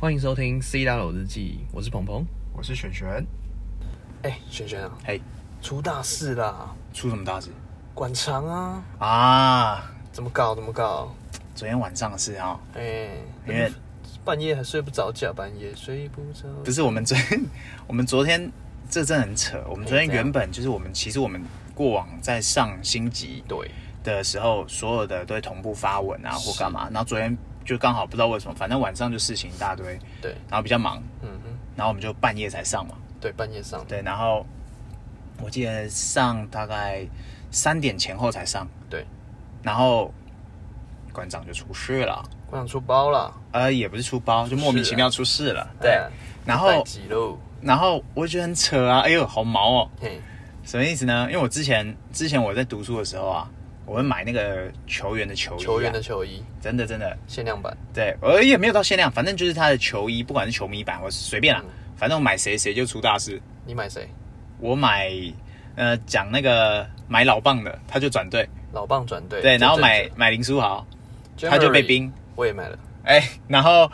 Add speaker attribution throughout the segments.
Speaker 1: 欢迎收听《C 大佬日记》，我是鹏鹏。
Speaker 2: 我是璇璇。
Speaker 3: 哎、璇璇啊，
Speaker 2: 嘿，
Speaker 3: 出大事啦！
Speaker 2: 出什么大事
Speaker 3: 管肠啊，
Speaker 2: 啊？
Speaker 3: 怎么搞？怎么搞？
Speaker 2: 昨天晚上的事啊、
Speaker 3: 哎、
Speaker 2: 因为
Speaker 3: 半夜还睡不着觉，半夜睡不着。
Speaker 2: 不是我们昨天， 我们昨天这真的很扯。我们昨天
Speaker 3: 怎样
Speaker 2: 原本就是我们，其实我们过往在上星级
Speaker 3: 对，
Speaker 2: 的时候，所有的都会同步发文啊或
Speaker 3: 是
Speaker 2: 干嘛。然后昨天就刚好不知道为什么，反正晚上就事情一大堆，
Speaker 3: 对，
Speaker 2: 然后比较忙，
Speaker 3: 嗯哼，
Speaker 2: 然后我们就半夜才上嘛。
Speaker 3: 对，半夜上，
Speaker 2: 对，然后我记得上大概三点前后才上，
Speaker 3: 对，
Speaker 2: 然后馆长就出事了。
Speaker 3: 馆长出包啦，
Speaker 2: 呃，也不是出包，就莫名
Speaker 3: 啊
Speaker 2: 其妙出事了。对，
Speaker 3: 哎待
Speaker 2: 然后
Speaker 3: 机喽，
Speaker 2: 然后我就觉得很扯啊，哎呦，好毛哦，
Speaker 3: 嘿，
Speaker 2: 什么意思呢？因为我之前之前我在读书的时候啊，我会买那个球员的球衣、啊，
Speaker 3: 球员的球衣
Speaker 2: 真的真的，
Speaker 3: 限量版，
Speaker 2: 对，我也没有到限量，反正就是他的球衣，不管是球迷版或是随
Speaker 3: 嗯
Speaker 2: 便啦、反正我买谁谁就出大事。
Speaker 3: 你买谁？
Speaker 2: 我买呃讲那个买老棒的，他就转队，
Speaker 3: 老棒转队，
Speaker 2: 对，然后
Speaker 3: 这阵
Speaker 2: 买
Speaker 3: 子
Speaker 2: 买林书豪，他就被，冰，
Speaker 3: January，我也买了，
Speaker 2: 哎，然后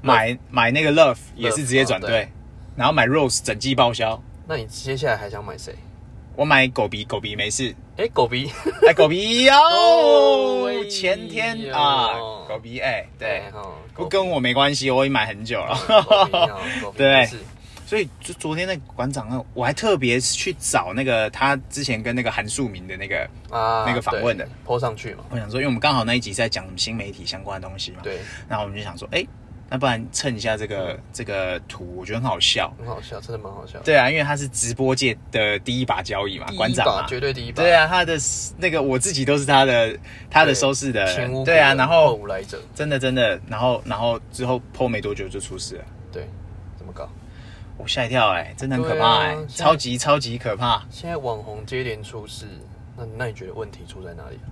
Speaker 2: 买买那个 Love 也是直接转
Speaker 3: 哦
Speaker 2: 队
Speaker 3: 对，
Speaker 2: 然后买 Rose 整季报销。
Speaker 3: 那你接下来还想买谁？
Speaker 2: 我买狗鼻，狗鼻没 事。
Speaker 3: 哎、狗鼻，
Speaker 2: 哎，狗鼻哟、
Speaker 3: 哦哎
Speaker 2: 前天
Speaker 3: 呦
Speaker 2: 啊，狗鼻哎，对，
Speaker 3: 哦，
Speaker 2: 不
Speaker 3: 狗
Speaker 2: 跟我没关系，我也买很久
Speaker 3: 狗鼻
Speaker 2: 了。
Speaker 3: 哦，狗鼻
Speaker 2: 对
Speaker 3: 是
Speaker 2: 所以就昨天那个馆长呢，我还特别去找那个他之前跟那个韩素明的那个，
Speaker 3: 啊，
Speaker 2: 那个访问的
Speaker 3: 抛上去嘛，
Speaker 2: 我想说，因为我们刚好那一集在讲什么新媒体相关的东西嘛，，
Speaker 3: 对，
Speaker 2: 然后我们就想说，哎、那不然蹭一下这个这个图，我觉得很好笑。
Speaker 3: 很好笑，真的蛮好笑的。
Speaker 2: 对啊，因为他是直播界的第一把交椅嘛，
Speaker 3: 第一
Speaker 2: 馆长
Speaker 3: 把
Speaker 2: 嘛，
Speaker 3: 绝对第一把，
Speaker 2: 对啊，他的那个我自己都是他的他的
Speaker 3: 对
Speaker 2: 收视的
Speaker 3: 前无古
Speaker 2: 人，对啊，
Speaker 3: 人
Speaker 2: 然
Speaker 3: 后
Speaker 2: 后
Speaker 3: 无来者，
Speaker 2: 真的真的，然后然后之后 PO 没多久就出事了，
Speaker 3: 对，怎么搞？
Speaker 2: 我吓一跳哎、真的很可怕哎、
Speaker 3: 对啊吓
Speaker 2: 超级超级可怕。
Speaker 3: 现在网红接连出事，那那你觉得问题出在哪里？啊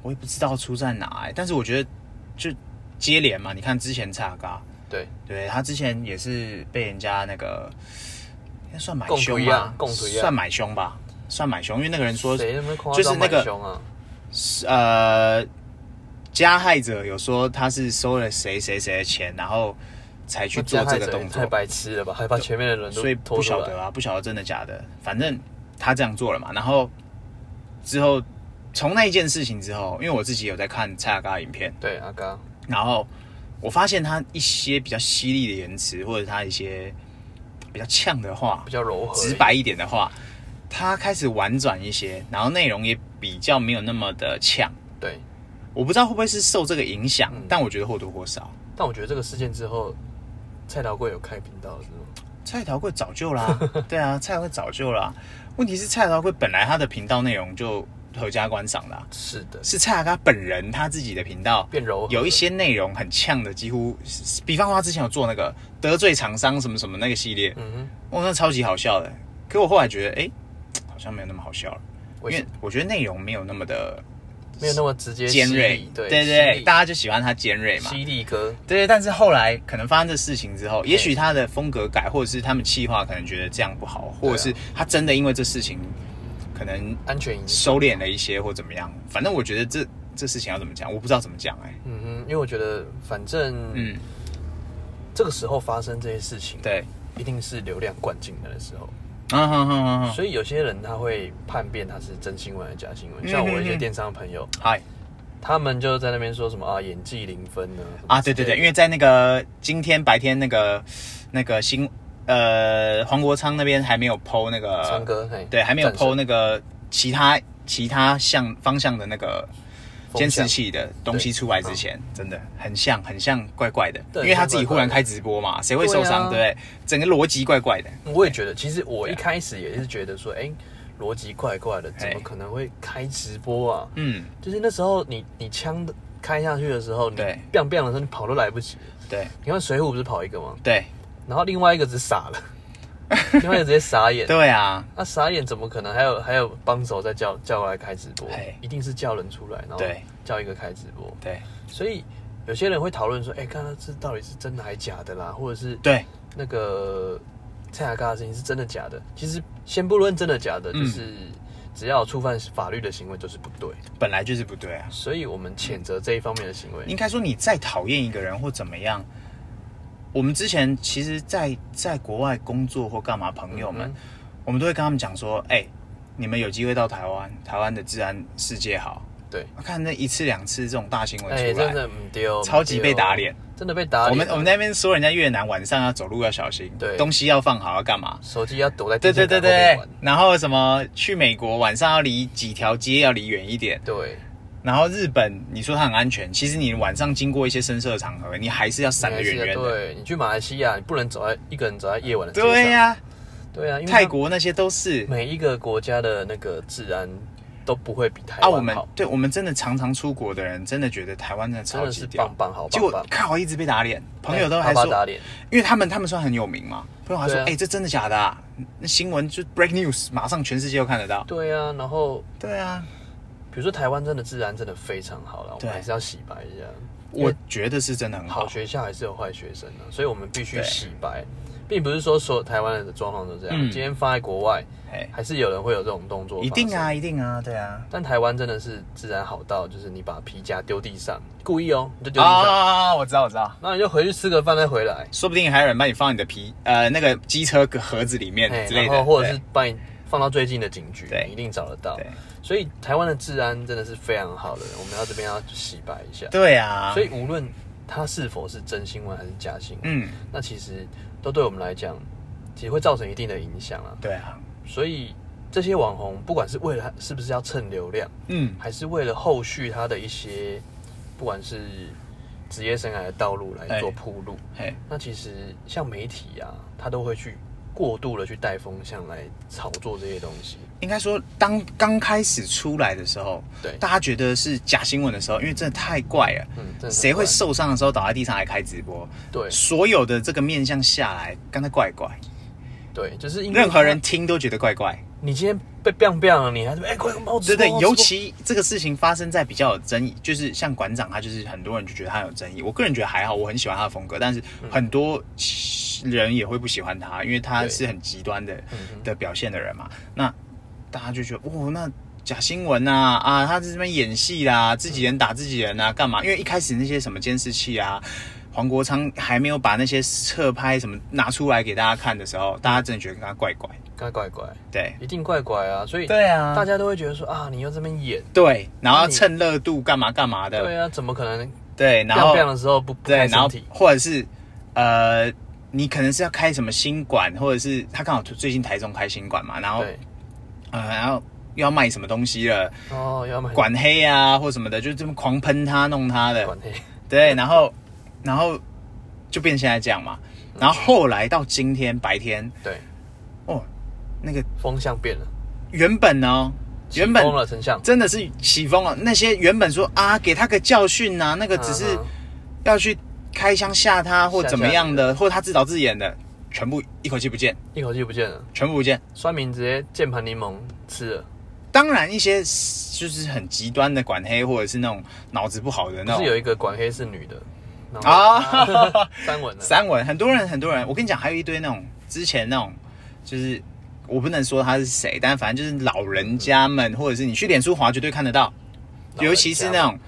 Speaker 2: 我也不知道出在哪哎、但是我觉得就接连嘛，你看之前查嘎，
Speaker 3: 对，
Speaker 2: 对他之前也是被人家那个应该算买
Speaker 3: 共
Speaker 2: 凶
Speaker 3: 推啊
Speaker 2: 吧，
Speaker 3: 共推啊
Speaker 2: 算买凶吧，算买凶，因为那个人说
Speaker 3: 谁那么夸
Speaker 2: 就是
Speaker 3: 张
Speaker 2: 那
Speaker 3: 买
Speaker 2: 个
Speaker 3: 凶啊？
Speaker 2: 呃，加害者有说他是收了谁谁谁的钱，然后才去
Speaker 3: 那
Speaker 2: 做
Speaker 3: 哦加害
Speaker 2: 这个
Speaker 3: 者
Speaker 2: 动
Speaker 3: 也太
Speaker 2: 作，
Speaker 3: 白痴了吧，还把前面的人都
Speaker 2: 所以
Speaker 3: 拖
Speaker 2: 不
Speaker 3: 出
Speaker 2: 晓
Speaker 3: 来
Speaker 2: 得。啊，不晓得真的假的。反正他这样做了嘛，然后之后从那一件事情之后，因为我自己有在看蔡雅嘎影片，
Speaker 3: 对，阿刚，
Speaker 2: 然后我发现他一些比较犀利的言辞，或者他一些比较呛的话
Speaker 3: 比，较柔和，
Speaker 2: 直。白一点的话，他开始婉转一些，然后内容也比较没有那么的呛。
Speaker 3: 对，
Speaker 2: 我不知道会不会是受这个影响，
Speaker 3: 嗯
Speaker 2: 但我觉得或多或少，
Speaker 3: 但我觉得这个事件之后，蔡桃贵有开频道是吗？
Speaker 2: 蔡桃贵早 就啦，对啊，蔡桃贵早就啦。问题是蔡桃贵本来他的频道内容就合家观赏啦，
Speaker 3: 是的，
Speaker 2: 是蔡他本人他自己的频道
Speaker 3: 变柔和了
Speaker 2: 有一些内容很呛的，几乎比方说他之前有做那个得罪厂商什么什么那个系列，
Speaker 3: 嗯
Speaker 2: 哇，那超级好笑的。可我后来觉得，哎、好像没有那么好笑了，
Speaker 3: 哼，为
Speaker 2: 因
Speaker 3: 什
Speaker 2: 为
Speaker 3: 么
Speaker 2: 我觉得内容没有那么的
Speaker 3: 没有那么直接
Speaker 2: 尖
Speaker 3: 犀
Speaker 2: 锐
Speaker 3: 利，
Speaker 2: 对
Speaker 3: 对
Speaker 2: 对
Speaker 3: 犀
Speaker 2: 对，
Speaker 3: 利
Speaker 2: 大家就喜欢他尖锐嘛，
Speaker 3: 犀利哥，
Speaker 2: 对，但是后来可能发生这事情之后，也许他的风格改，或者是他们气划可能觉得这样不好，或者是他真的因为这事情可能
Speaker 3: 安全影响。
Speaker 2: 收敛了一些或怎么样。反正我觉得这这事情要怎么讲，我不知道怎么讲哎、
Speaker 3: 嗯哼，因为我觉得反正
Speaker 2: 嗯，
Speaker 3: 这个时候发生这些事情，
Speaker 2: 对，
Speaker 3: 一定是流量灌进来的时候，
Speaker 2: 啊哈哈哈哈，
Speaker 3: 所以有些人他会叛变他是真新闻还是假新
Speaker 2: 嗯
Speaker 3: 闻。像我一
Speaker 2: 嗯
Speaker 3: 些
Speaker 2: 嗯
Speaker 3: 电商朋友，
Speaker 2: 嗨
Speaker 3: 他们就在那边说什么啊演技零分呢
Speaker 2: 啊，对对对，因为在那个今天白天那个那个新呃黄国昌那边还没有剖那个
Speaker 3: 唱歌嘿，
Speaker 2: 对，还没有
Speaker 3: 战神
Speaker 2: 剖那个其他其他向方向的那个
Speaker 3: 风
Speaker 2: 监视
Speaker 3: 向
Speaker 2: 器的东西出来之前，真的很像很像怪怪的，因
Speaker 3: 对
Speaker 2: 为他自己
Speaker 3: 怪怪的
Speaker 2: 忽然开直播嘛，谁会受伤，对不
Speaker 3: 对啊
Speaker 2: 对？整个逻辑怪怪的，
Speaker 3: 我也觉得，其实我一开始也是觉得说，哎、逻辑怪怪的，怎么可能会开直播啊？
Speaker 2: 嗯，
Speaker 3: 就是那时候你你枪的开下去的时候，你
Speaker 2: 对
Speaker 3: biang biang 的时候，你跑都来不及。
Speaker 2: 对
Speaker 3: 你看水浒不是跑一个吗？
Speaker 2: 对
Speaker 3: 然后另外一个只傻 了，另外一个直接傻眼。
Speaker 2: 对啊，
Speaker 3: 那、傻眼怎么可能还有还有帮手在叫叫过来开直播
Speaker 2: 嘿？
Speaker 3: 一定是叫人出来，然后
Speaker 2: 对
Speaker 3: 叫一个开直播。
Speaker 2: 对
Speaker 3: 所以有些人会讨论说，哎、看他这到底是真的还假的啦，或者是
Speaker 2: 对，
Speaker 3: 那个蔡雅嘎的事情是真的假的？其实先不论真的假的，
Speaker 2: 嗯
Speaker 3: 就是只要有触犯法律的行为就是不对，
Speaker 2: 本来就是不对啊。
Speaker 3: 所以我们谴责这一方面的行为。
Speaker 2: 应该说你再讨厌一个人或怎么样，我们之前其实在，在国外工作或干嘛，朋友
Speaker 3: 嗯
Speaker 2: 们，我们都会跟他们讲说，哎、你们有机会到台湾，台湾的治安世界好。
Speaker 3: 对，
Speaker 2: 看那一次两次这种大新闻
Speaker 3: 哎、
Speaker 2: 出来，
Speaker 3: 真的唔丢，
Speaker 2: 超级被打脸，
Speaker 3: 真的被打脸。啊
Speaker 2: 我们我们那边说人家越南晚上要走路要小心，
Speaker 3: 对
Speaker 2: 东西要放好，要干嘛？
Speaker 3: 手机要躲在
Speaker 2: 对
Speaker 3: 电
Speaker 2: 对
Speaker 3: 线杆
Speaker 2: 对对，
Speaker 3: 后面
Speaker 2: 对
Speaker 3: 玩
Speaker 2: 然后什么去美国晚上要离几条街要离远一点，
Speaker 3: 对，
Speaker 2: 然后日本你说它很安全，其实你晚上经过一些深色场合，你还是要闪得远远的。
Speaker 3: 对你去马来西亚，你不能走在一个人走在夜晚的街上。
Speaker 2: 对呀、
Speaker 3: 对啊，因为它
Speaker 2: 泰国那些都是
Speaker 3: 每一个国家的那个治安都不会比台
Speaker 2: 啊，
Speaker 3: 湾
Speaker 2: 我们
Speaker 3: 好，
Speaker 2: 对我们真的常常出国的人，真的觉得台湾真的
Speaker 3: 真
Speaker 2: 超
Speaker 3: 的
Speaker 2: 级
Speaker 3: 是
Speaker 2: 屌
Speaker 3: 棒。棒好
Speaker 2: 结
Speaker 3: 棒
Speaker 2: 果
Speaker 3: 棒。
Speaker 2: 靠，一直被打脸，朋友都
Speaker 3: 哎
Speaker 2: 还
Speaker 3: 啪
Speaker 2: 说
Speaker 3: 啪，打脸，
Speaker 2: 因为他们他们算很有名嘛，朋友还说，
Speaker 3: 对
Speaker 2: 哎、
Speaker 3: 啊
Speaker 2: 这真的假的啊？那新闻就 break news，马上全世界都看得到。
Speaker 3: 对啊，然后
Speaker 2: 对啊，
Speaker 3: 比如说台湾真的治安真的非常好了，我
Speaker 2: 对
Speaker 3: 们还是要洗白一下。
Speaker 2: 我觉得是真的很好
Speaker 3: 好。学校还是有坏学生的、所以我们必须
Speaker 2: 对
Speaker 3: 洗白，并不是说所有台湾人的状况都这样。
Speaker 2: 嗯
Speaker 3: 今天放在国外，
Speaker 2: 哎，
Speaker 3: 还是有人会有这种动作，
Speaker 2: 一定啊，。一定啊，对啊。
Speaker 3: 但台湾真的是治安好到，就是你把皮夹丢地上，故意哦，你就丢地上，
Speaker 2: 啊、我知道，我知道。
Speaker 3: 那、你就回去吃个饭再回来，
Speaker 2: 说不定还有人把你放你的皮呃那个机车盒子里面
Speaker 3: 哎
Speaker 2: 之类
Speaker 3: 然
Speaker 2: 的，
Speaker 3: 后或者
Speaker 2: 对
Speaker 3: 是把你放到最近的警局，
Speaker 2: 对
Speaker 3: 你一定找得到
Speaker 2: 对。
Speaker 3: 所以台湾的治安真的是非常好的，我们要这边要洗白一下。
Speaker 2: 对啊，
Speaker 3: 所以无论它是否是真新闻还是假新闻，
Speaker 2: 嗯，
Speaker 3: 那其实都对我们来讲，其实会造成一定的影响啊。
Speaker 2: 对啊，
Speaker 3: 所以这些网红，不管是为了是不是要蹭流量，
Speaker 2: 嗯，
Speaker 3: 还是为了后续他的一些，不管是职业生涯的道路来做
Speaker 2: 哎
Speaker 3: 铺路，
Speaker 2: 嘿，
Speaker 3: 那其实像媒体啊，他都会去过度的去带风向来炒作这些东西。
Speaker 2: 应该说当刚开始出来的时候，
Speaker 3: 对，
Speaker 2: 大家觉得是假新闻的时候，因为真的太怪了。
Speaker 3: 嗯，真的很
Speaker 2: 谁会
Speaker 3: 怪？
Speaker 2: 受伤的时候倒在地上还开直播？
Speaker 3: 对
Speaker 2: 所有的这个面相下来，刚才怪怪，
Speaker 3: 对，就是因为
Speaker 2: 任何人，听都觉得怪怪。
Speaker 3: 你今天被 biang biang 了，你还是哎、快帮我直
Speaker 2: 对
Speaker 3: 播
Speaker 2: 对
Speaker 3: 帮，我直
Speaker 2: 尤
Speaker 3: 播
Speaker 2: 其这个事情发生在比较有争议，就是像馆长他就是很多人就觉得他有争议，我个人觉得还好，我很喜欢他的风格，但是很多人也会不喜欢他，因为他
Speaker 3: 对
Speaker 2: 是很极端的
Speaker 3: 哼
Speaker 2: 的表现的人嘛。那大家就觉得，哦，那假新闻呐、啊，他在这边演戏啦，自己人打自己人啊，干嘛？因为一开始那些什么监视器啊。黄国昌还没有把那些侧拍什么拿出来给大家看的时候，大家真的觉得他怪怪。
Speaker 3: 怪怪怪，
Speaker 2: 对，
Speaker 3: 一定怪怪啊！所以
Speaker 2: 对啊
Speaker 3: 大家都会觉得说啊，你又这边演，
Speaker 2: 对，然后
Speaker 3: 那你
Speaker 2: 趁热度干嘛干嘛的。
Speaker 3: 对啊，怎么可能
Speaker 2: 对，然后
Speaker 3: biang biang 的时候不不
Speaker 2: 对，
Speaker 3: 开
Speaker 2: 然后
Speaker 3: 身体？
Speaker 2: 或者是呃，你可能是要开什么新馆，或者是他刚好最近台中开新馆嘛，然后
Speaker 3: 对，
Speaker 2: 呃，然后又要卖什么东西了，
Speaker 3: 哦，要么
Speaker 2: 管黑啊或什么的，就这么狂喷他弄他的，
Speaker 3: 管黑，
Speaker 2: 对，然后然后就变现在这样嘛，
Speaker 3: 嗯
Speaker 2: 然后后来到今天白天
Speaker 3: 对，
Speaker 2: 哦，那个
Speaker 3: 风向变了，
Speaker 2: 原本呢、哦，原本
Speaker 3: 起风了丞相，
Speaker 2: 真的是起风了，那些原本说啊给他个教训呐、那个只是。
Speaker 3: 嗯哼
Speaker 2: 要去开枪吓他或怎么样
Speaker 3: 吓
Speaker 2: 的，或者他自导自演的，全部一口气不见，
Speaker 3: 一口气不见了，
Speaker 2: 全部不见。
Speaker 3: 酸民直接键盘柠檬吃了，
Speaker 2: 当然，一些就是很极端的管黑，或者是那种脑子不好的
Speaker 3: 不
Speaker 2: 那
Speaker 3: 是有
Speaker 2: 种
Speaker 3: 一个管黑是女的，然后
Speaker 2: 啊，
Speaker 3: 三文了，
Speaker 2: 散文，很多人很多人，我跟你讲，还有一堆那种之前那种就是。我不能说他是谁，但反正就是老人家们，或者是你去脸书滑绝对看得到，
Speaker 3: 老人家
Speaker 2: 尤其是那种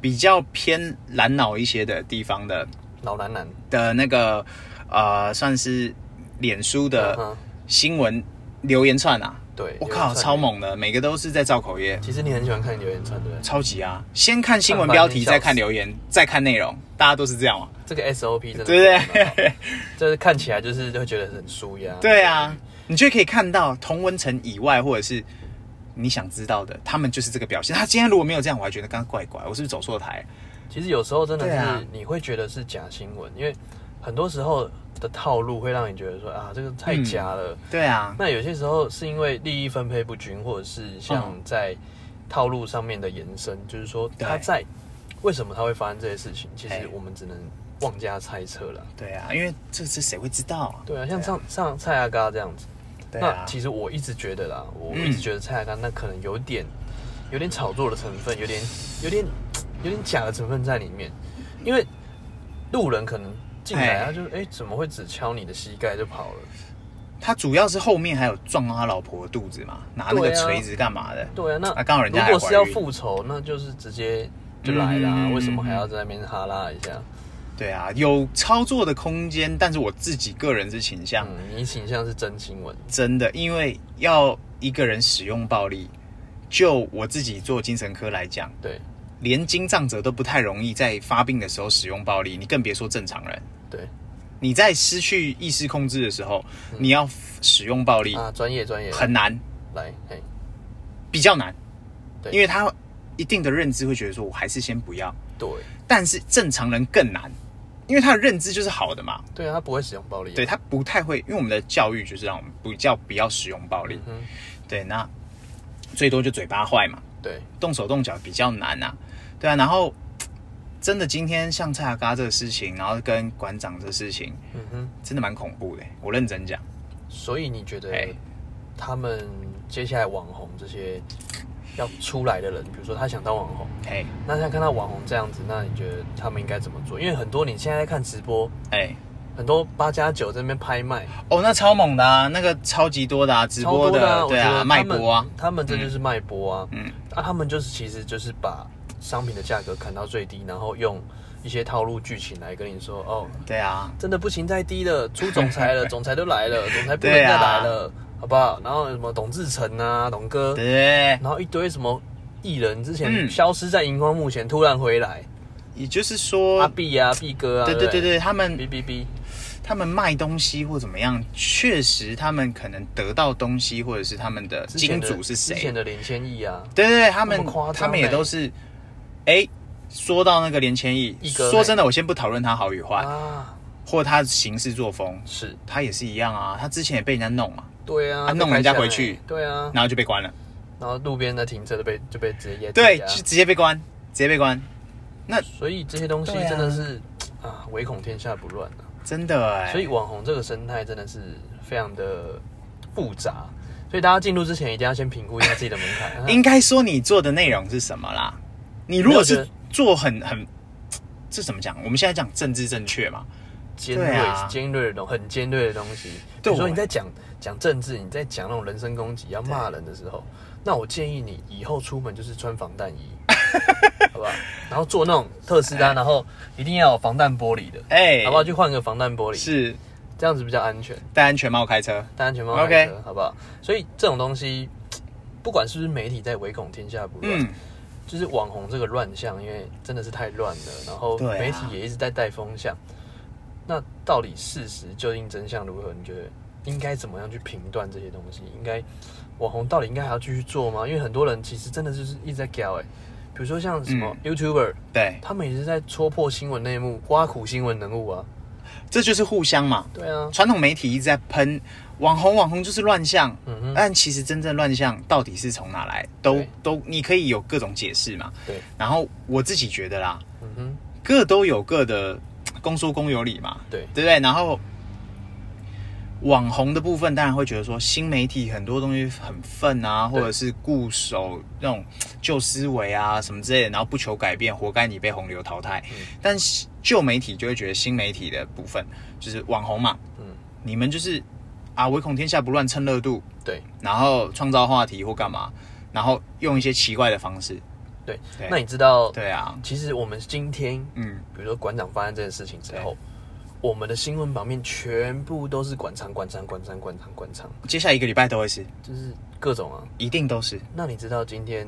Speaker 2: 比较偏蓝脑一些的地方的
Speaker 3: 老男男，
Speaker 2: 的那个呃，算是脸书的
Speaker 3: 嗯哼
Speaker 2: 新闻留言串啊，
Speaker 3: 对，
Speaker 2: 我
Speaker 3: 有人
Speaker 2: 靠，
Speaker 3: 串
Speaker 2: 超！猛的，每个都是在造口业，
Speaker 3: 其实你很喜欢看留言串对不对？
Speaker 2: 超级啊！先看新闻
Speaker 3: 看半
Speaker 2: 标
Speaker 3: 天
Speaker 2: 题，
Speaker 3: 笑
Speaker 2: 再看
Speaker 3: 死
Speaker 2: 留言，再看内容，大家都是这样嘛，
Speaker 3: 这个 SOP 真的
Speaker 2: 对不
Speaker 3: 非常好
Speaker 2: 对？
Speaker 3: 就是看起来就是会觉得很舒压，
Speaker 2: 对啊，你就可以看到同温层以外，或者是你想知道的，他们就是这个表现。他今天如果没有这样，我还觉得刚刚怪怪，我是不是走错台？
Speaker 3: 其实有时候真的
Speaker 2: 对啊
Speaker 3: 是你会觉得是假新闻，因为很多时候的套路会让你觉得说啊，这个
Speaker 2: 嗯
Speaker 3: 太假了。
Speaker 2: 对啊，
Speaker 3: 那有些时候是因为利益分配不均，或者是像
Speaker 2: 嗯
Speaker 3: 在套路上面的延伸，就是说
Speaker 2: 对
Speaker 3: 它在为什么它会发生这些事情，其
Speaker 2: 哎
Speaker 3: 实我们只能妄加猜测了。
Speaker 2: 对啊，因为这这谁会知道啊？
Speaker 3: 对啊，像上上蔡阿嘎这样子，
Speaker 2: 对
Speaker 3: 那
Speaker 2: 啊，
Speaker 3: 其实我一直觉得啦，我
Speaker 2: 嗯
Speaker 3: 一直觉得蔡阿嘎那可能有点有点炒作的成分，有点有点有点假的成分在里面，因为路人可能进来
Speaker 2: 哎
Speaker 3: 他就哎、诶怎么会只敲你的膝盖就跑了？
Speaker 2: 他主要是后面还有撞到他老婆的肚子嘛，拿那个
Speaker 3: 对啊
Speaker 2: 锤子干嘛的？
Speaker 3: 对啊，那
Speaker 2: 啊刚好人家还
Speaker 3: 如果是要
Speaker 2: 怀孕
Speaker 3: 复仇，那就是直接就来啦、
Speaker 2: 嗯
Speaker 3: 为什么还要在那边哈拉一下？
Speaker 2: 对啊，有操作的空间，但是我自己个人是倾向、
Speaker 3: 嗯，你倾向是真亲吻，
Speaker 2: 真的，因为要一个人使用暴力，就我自己做精神科来讲，
Speaker 3: 对
Speaker 2: 连精障者都不太容易在发病的时候使用暴力，你更别说正常人。
Speaker 3: 对
Speaker 2: 你在失去意识控制的时候，你要使用暴力
Speaker 3: 嗯啊，专业专业，
Speaker 2: 很难，
Speaker 3: 来，嘿，
Speaker 2: 比较难，
Speaker 3: 对
Speaker 2: 因为他一定的认知会觉得说，我还是先不要。
Speaker 3: 对
Speaker 2: 但是正常人更难，因为他的认知就是好的嘛，
Speaker 3: 对啊，他不会使用暴力，
Speaker 2: 对，他不太会，因为我们的教育就是让我们不叫不要使用暴力，
Speaker 3: 嗯，
Speaker 2: 对，那最多就嘴巴坏嘛，
Speaker 3: 对，
Speaker 2: 动手动脚比较难啊，对啊，然后真的今天像蔡阿嘎这个事情，然后跟馆长这事情，
Speaker 3: 嗯哼，
Speaker 2: 真的蛮恐怖的，我认真讲，
Speaker 3: 所以你觉得
Speaker 2: 哎
Speaker 3: 他们接下来网红这些要出来的人，比如说他想当网红，
Speaker 2: 哎
Speaker 3: 那现在看到网红这样子，那你觉得他们应该怎么做？因为很多你现在在看直播，
Speaker 2: 哎，
Speaker 3: 很多八加九在那边拍卖，
Speaker 2: 哦，那超猛的啊，那个超级多的啊，直
Speaker 3: 超
Speaker 2: 播
Speaker 3: 多的啊、我
Speaker 2: 对
Speaker 3: 觉得
Speaker 2: 啊，
Speaker 3: 他们
Speaker 2: 卖播啊，，
Speaker 3: 他们这就是卖播啊，
Speaker 2: 嗯
Speaker 3: 啊，他们就是其实就是把商品的价格砍到最低，然后用一些套路剧情来跟你说，哦，
Speaker 2: 对啊，
Speaker 3: 真的不行，再低了，出总裁 了，总裁都来了，总裁不能
Speaker 2: 对
Speaker 3: 再
Speaker 2: 啊
Speaker 3: 来了，好不好？然后什么董志成啊，董哥，
Speaker 2: 对，
Speaker 3: 然后一堆什么艺人之
Speaker 2: 嗯
Speaker 3: 前消失在荧光幕前，突然回来，
Speaker 2: 也就是说，
Speaker 3: 阿碧啊，碧哥啊，
Speaker 2: 嗯对对
Speaker 3: 对
Speaker 2: 对对，他们
Speaker 3: 哔哔哔，
Speaker 2: 他们卖东西或怎么样，确实他们可能得到东西，或者是他们的
Speaker 3: 之前
Speaker 2: 金
Speaker 3: 的
Speaker 2: 主是
Speaker 3: 之前
Speaker 2: 谁？
Speaker 3: 的连千亿啊，
Speaker 2: 对对对，他们
Speaker 3: 那么夸张
Speaker 2: 他们也
Speaker 3: 欸
Speaker 2: 都是，哎，说到那个连千亿，
Speaker 3: 一哥
Speaker 2: 说
Speaker 3: 欸
Speaker 2: 真的，我先不讨论他好与坏，
Speaker 3: 啊，
Speaker 2: 或他行事作风，
Speaker 3: 是
Speaker 2: 他也是一样啊，他之前也被人家弄嘛，
Speaker 3: 对啊，
Speaker 2: 啊弄人家回
Speaker 3: 被
Speaker 2: 去
Speaker 3: 开枪欸对啊，
Speaker 2: 然后就被关了，
Speaker 3: 然后路边的停车都被就被直接淹进
Speaker 2: 对，
Speaker 3: 去啊
Speaker 2: 就直接被关，直接被关，
Speaker 3: 所以这些东西
Speaker 2: 对啊
Speaker 3: 真的是啊，唯恐天下不乱啊。
Speaker 2: 真的哎，
Speaker 3: 所以网红这个生态真的是非常的复杂，所以大家进入之前一定要先评估一下自己的门 槛。啊看看
Speaker 2: 应该说你做的内容是什么啦？你如果
Speaker 3: 没有
Speaker 2: 是
Speaker 3: 觉得
Speaker 2: 做很很，这怎么讲？我们现在讲政治正确嘛，
Speaker 3: 尖锐、
Speaker 2: 对啊
Speaker 3: 尖锐的东，很尖锐的东西。比
Speaker 2: 对
Speaker 3: 如说
Speaker 2: 我
Speaker 3: 你在讲讲政治，你在讲那种人身攻击要骂人的时候，那我建议你以后出门就是穿防弹衣， 好不好？然后做那种特斯拉，然后一定要有防弹玻璃的，
Speaker 2: 哎，
Speaker 3: 好不好？去换个防弹玻璃，
Speaker 2: 是
Speaker 3: 这样子比较安全。
Speaker 2: 戴安全帽开车，
Speaker 3: 戴安全帽
Speaker 2: OK
Speaker 3: 开车，好不好？所以这种东西，不管是不是媒体在唯恐天下不乱，
Speaker 2: 嗯，
Speaker 3: 就是网红这个乱象，因为真的是太乱了，然后
Speaker 2: 对啊
Speaker 3: 媒体也一直在带风向。那到底事实究竟真相如何？你觉得应该怎么样去评断这些东西？应该网红到底应该还要继续做吗？因为很多人其实真的就是一直在搞哎、比如说像什么
Speaker 2: 嗯
Speaker 3: YouTuber，、
Speaker 2: 对，
Speaker 3: 他们也是在戳破新闻内幕，挖苦新闻人物啊。
Speaker 2: 这就是互相嘛。
Speaker 3: 对啊，
Speaker 2: 传统媒体一直在喷网红，网红就是乱象，
Speaker 3: 嗯哼，
Speaker 2: 但其实真正乱象到底是从哪来，都
Speaker 3: 对
Speaker 2: 都你可以有各种解释嘛。
Speaker 3: 对，
Speaker 2: 然后我自己觉得啦，
Speaker 3: 嗯哼，
Speaker 2: 各都有各的公说公有理嘛，
Speaker 3: 对，
Speaker 2: 对不对？然后网红的部分，当然会觉得说新媒体很多东西很愤啊，
Speaker 3: 对
Speaker 2: 或者是固守那种旧思维啊什么之类的，然后不求改变，活该你被洪流淘汰。
Speaker 3: 嗯
Speaker 2: 但是旧媒体就会觉得新媒体的部分就是网红嘛，
Speaker 3: 嗯，
Speaker 2: 你们就是啊唯恐天下不乱，趁热度，
Speaker 3: 对。
Speaker 2: 然后创造话题或干嘛，然后用一些奇怪的方式。
Speaker 3: 对，
Speaker 2: 对
Speaker 3: 那你知道，
Speaker 2: 对啊，
Speaker 3: 其实我们今天，
Speaker 2: 嗯，
Speaker 3: 比如说馆长发生这件事情之后，我们的新闻版面全部都是馆长、馆长、馆长、馆长、馆长，
Speaker 2: 接下来一个礼拜都会是，
Speaker 3: 就是各种啊。
Speaker 2: 一定都是
Speaker 3: 那你知道今天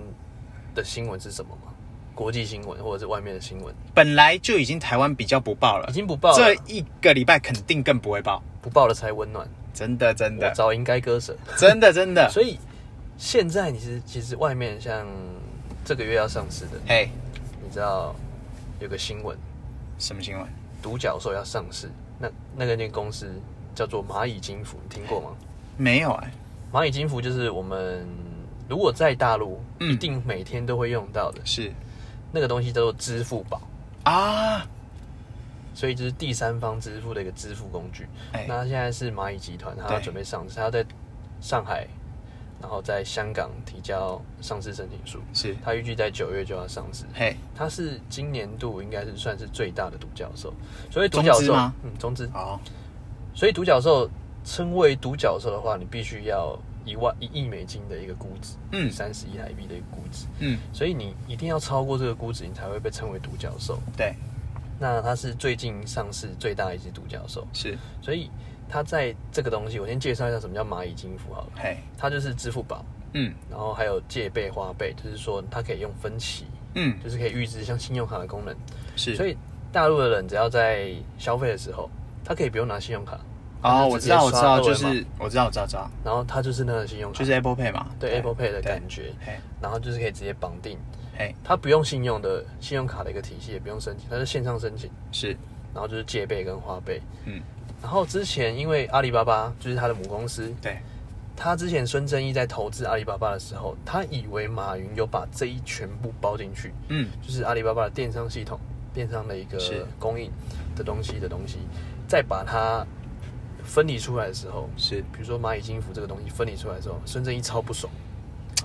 Speaker 3: 的新闻是什么吗？国际新闻或者是外面的新闻
Speaker 2: 本来就已经台湾比较不报了
Speaker 3: 已，经不报
Speaker 2: 啊这
Speaker 3: 了，
Speaker 2: 一个礼拜肯定更不会报，
Speaker 3: 不报了才温暖。
Speaker 2: 真的真
Speaker 3: 我
Speaker 2: 的
Speaker 3: 早应该割舍。
Speaker 2: 真的真的。
Speaker 3: 所以现在你是其实外面像这个月要上市的，
Speaker 2: 哎，
Speaker 3: 你知道有个新闻，
Speaker 2: 什么新闻？
Speaker 3: 独角兽要上市，那那个那个公司叫做蚂蚁金服，你听过吗？
Speaker 2: 没有哎，
Speaker 3: 蚂蚁金服就是我们如果在大陆，
Speaker 2: 嗯
Speaker 3: 一定每天都会用到的
Speaker 2: 是
Speaker 3: 那个东西叫做支付宝，
Speaker 2: 啊，
Speaker 3: 所以就是第三方支付的一个支付工具。
Speaker 2: 哎
Speaker 3: 那它现在是蚂蚁集团，它要
Speaker 2: 对
Speaker 3: 准备上市，它要在上海，然后在香港提交上市申请书，
Speaker 2: 是
Speaker 3: 它预计在九月就要上市。
Speaker 2: 嘿，
Speaker 3: 它是今年度应该是算是最大的独角兽，所以独
Speaker 2: 中
Speaker 3: 角
Speaker 2: 资
Speaker 3: 兽
Speaker 2: 吗，
Speaker 3: 嗯，中资，
Speaker 2: 哦，
Speaker 3: 所以独角兽称为独角兽的话，你必须要一万一亿美金的一个估值，
Speaker 2: 嗯
Speaker 3: 三十亿台币的一个估值，
Speaker 2: 嗯，
Speaker 3: 所以你一定要超过这个估值，你才会被称为独角兽。
Speaker 2: 对，
Speaker 3: 那它是最近上市最大的一只独角兽，
Speaker 2: 是，
Speaker 3: 所以它在这个东西，我先介绍一下什么叫蚂蚁金服好了，
Speaker 2: 嘿，
Speaker 3: 它就是支付宝，
Speaker 2: 嗯
Speaker 3: 然后还有借呗、花呗，就是说它可以用分期，
Speaker 2: 嗯，
Speaker 3: 就是可以预支像信用卡的功能，
Speaker 2: 是。
Speaker 3: 所以大陆的人只要在消费的时候，他可以不用拿信用卡，
Speaker 2: 哦，
Speaker 3: 就
Speaker 2: 我
Speaker 3: 直
Speaker 2: 知
Speaker 3: 接
Speaker 2: 道，我知
Speaker 3: 刷
Speaker 2: 道，
Speaker 3: 二维
Speaker 2: 就
Speaker 3: 码
Speaker 2: 是我知道，我知道，知道，
Speaker 3: 然后它就是那个信用卡，
Speaker 2: 就是 Apple Pay 嘛，
Speaker 3: 对 Apple Pay 的感觉，
Speaker 2: 嘿，
Speaker 3: 然后就是可以直接绑定，
Speaker 2: 嘿，
Speaker 3: 它不用信用的信用卡的一个体系，也不用申请，它是线上申请，
Speaker 2: 是，
Speaker 3: 然后就是借呗跟花呗。
Speaker 2: 嗯，
Speaker 3: 然后之前因为阿里巴巴就是它的母公司，
Speaker 2: 对，
Speaker 3: 他之前孙正义在投资阿里巴巴的时候，他以为马云有把这一全部包进去，
Speaker 2: 嗯，
Speaker 3: 就是阿里巴巴的电商系统、电商的一个
Speaker 2: 是
Speaker 3: 供应的东西的东西，再把它分离出来的时候，
Speaker 2: 是，
Speaker 3: 比如说蚂蚁金服这个东西分离出来的时候，孙正义超不爽，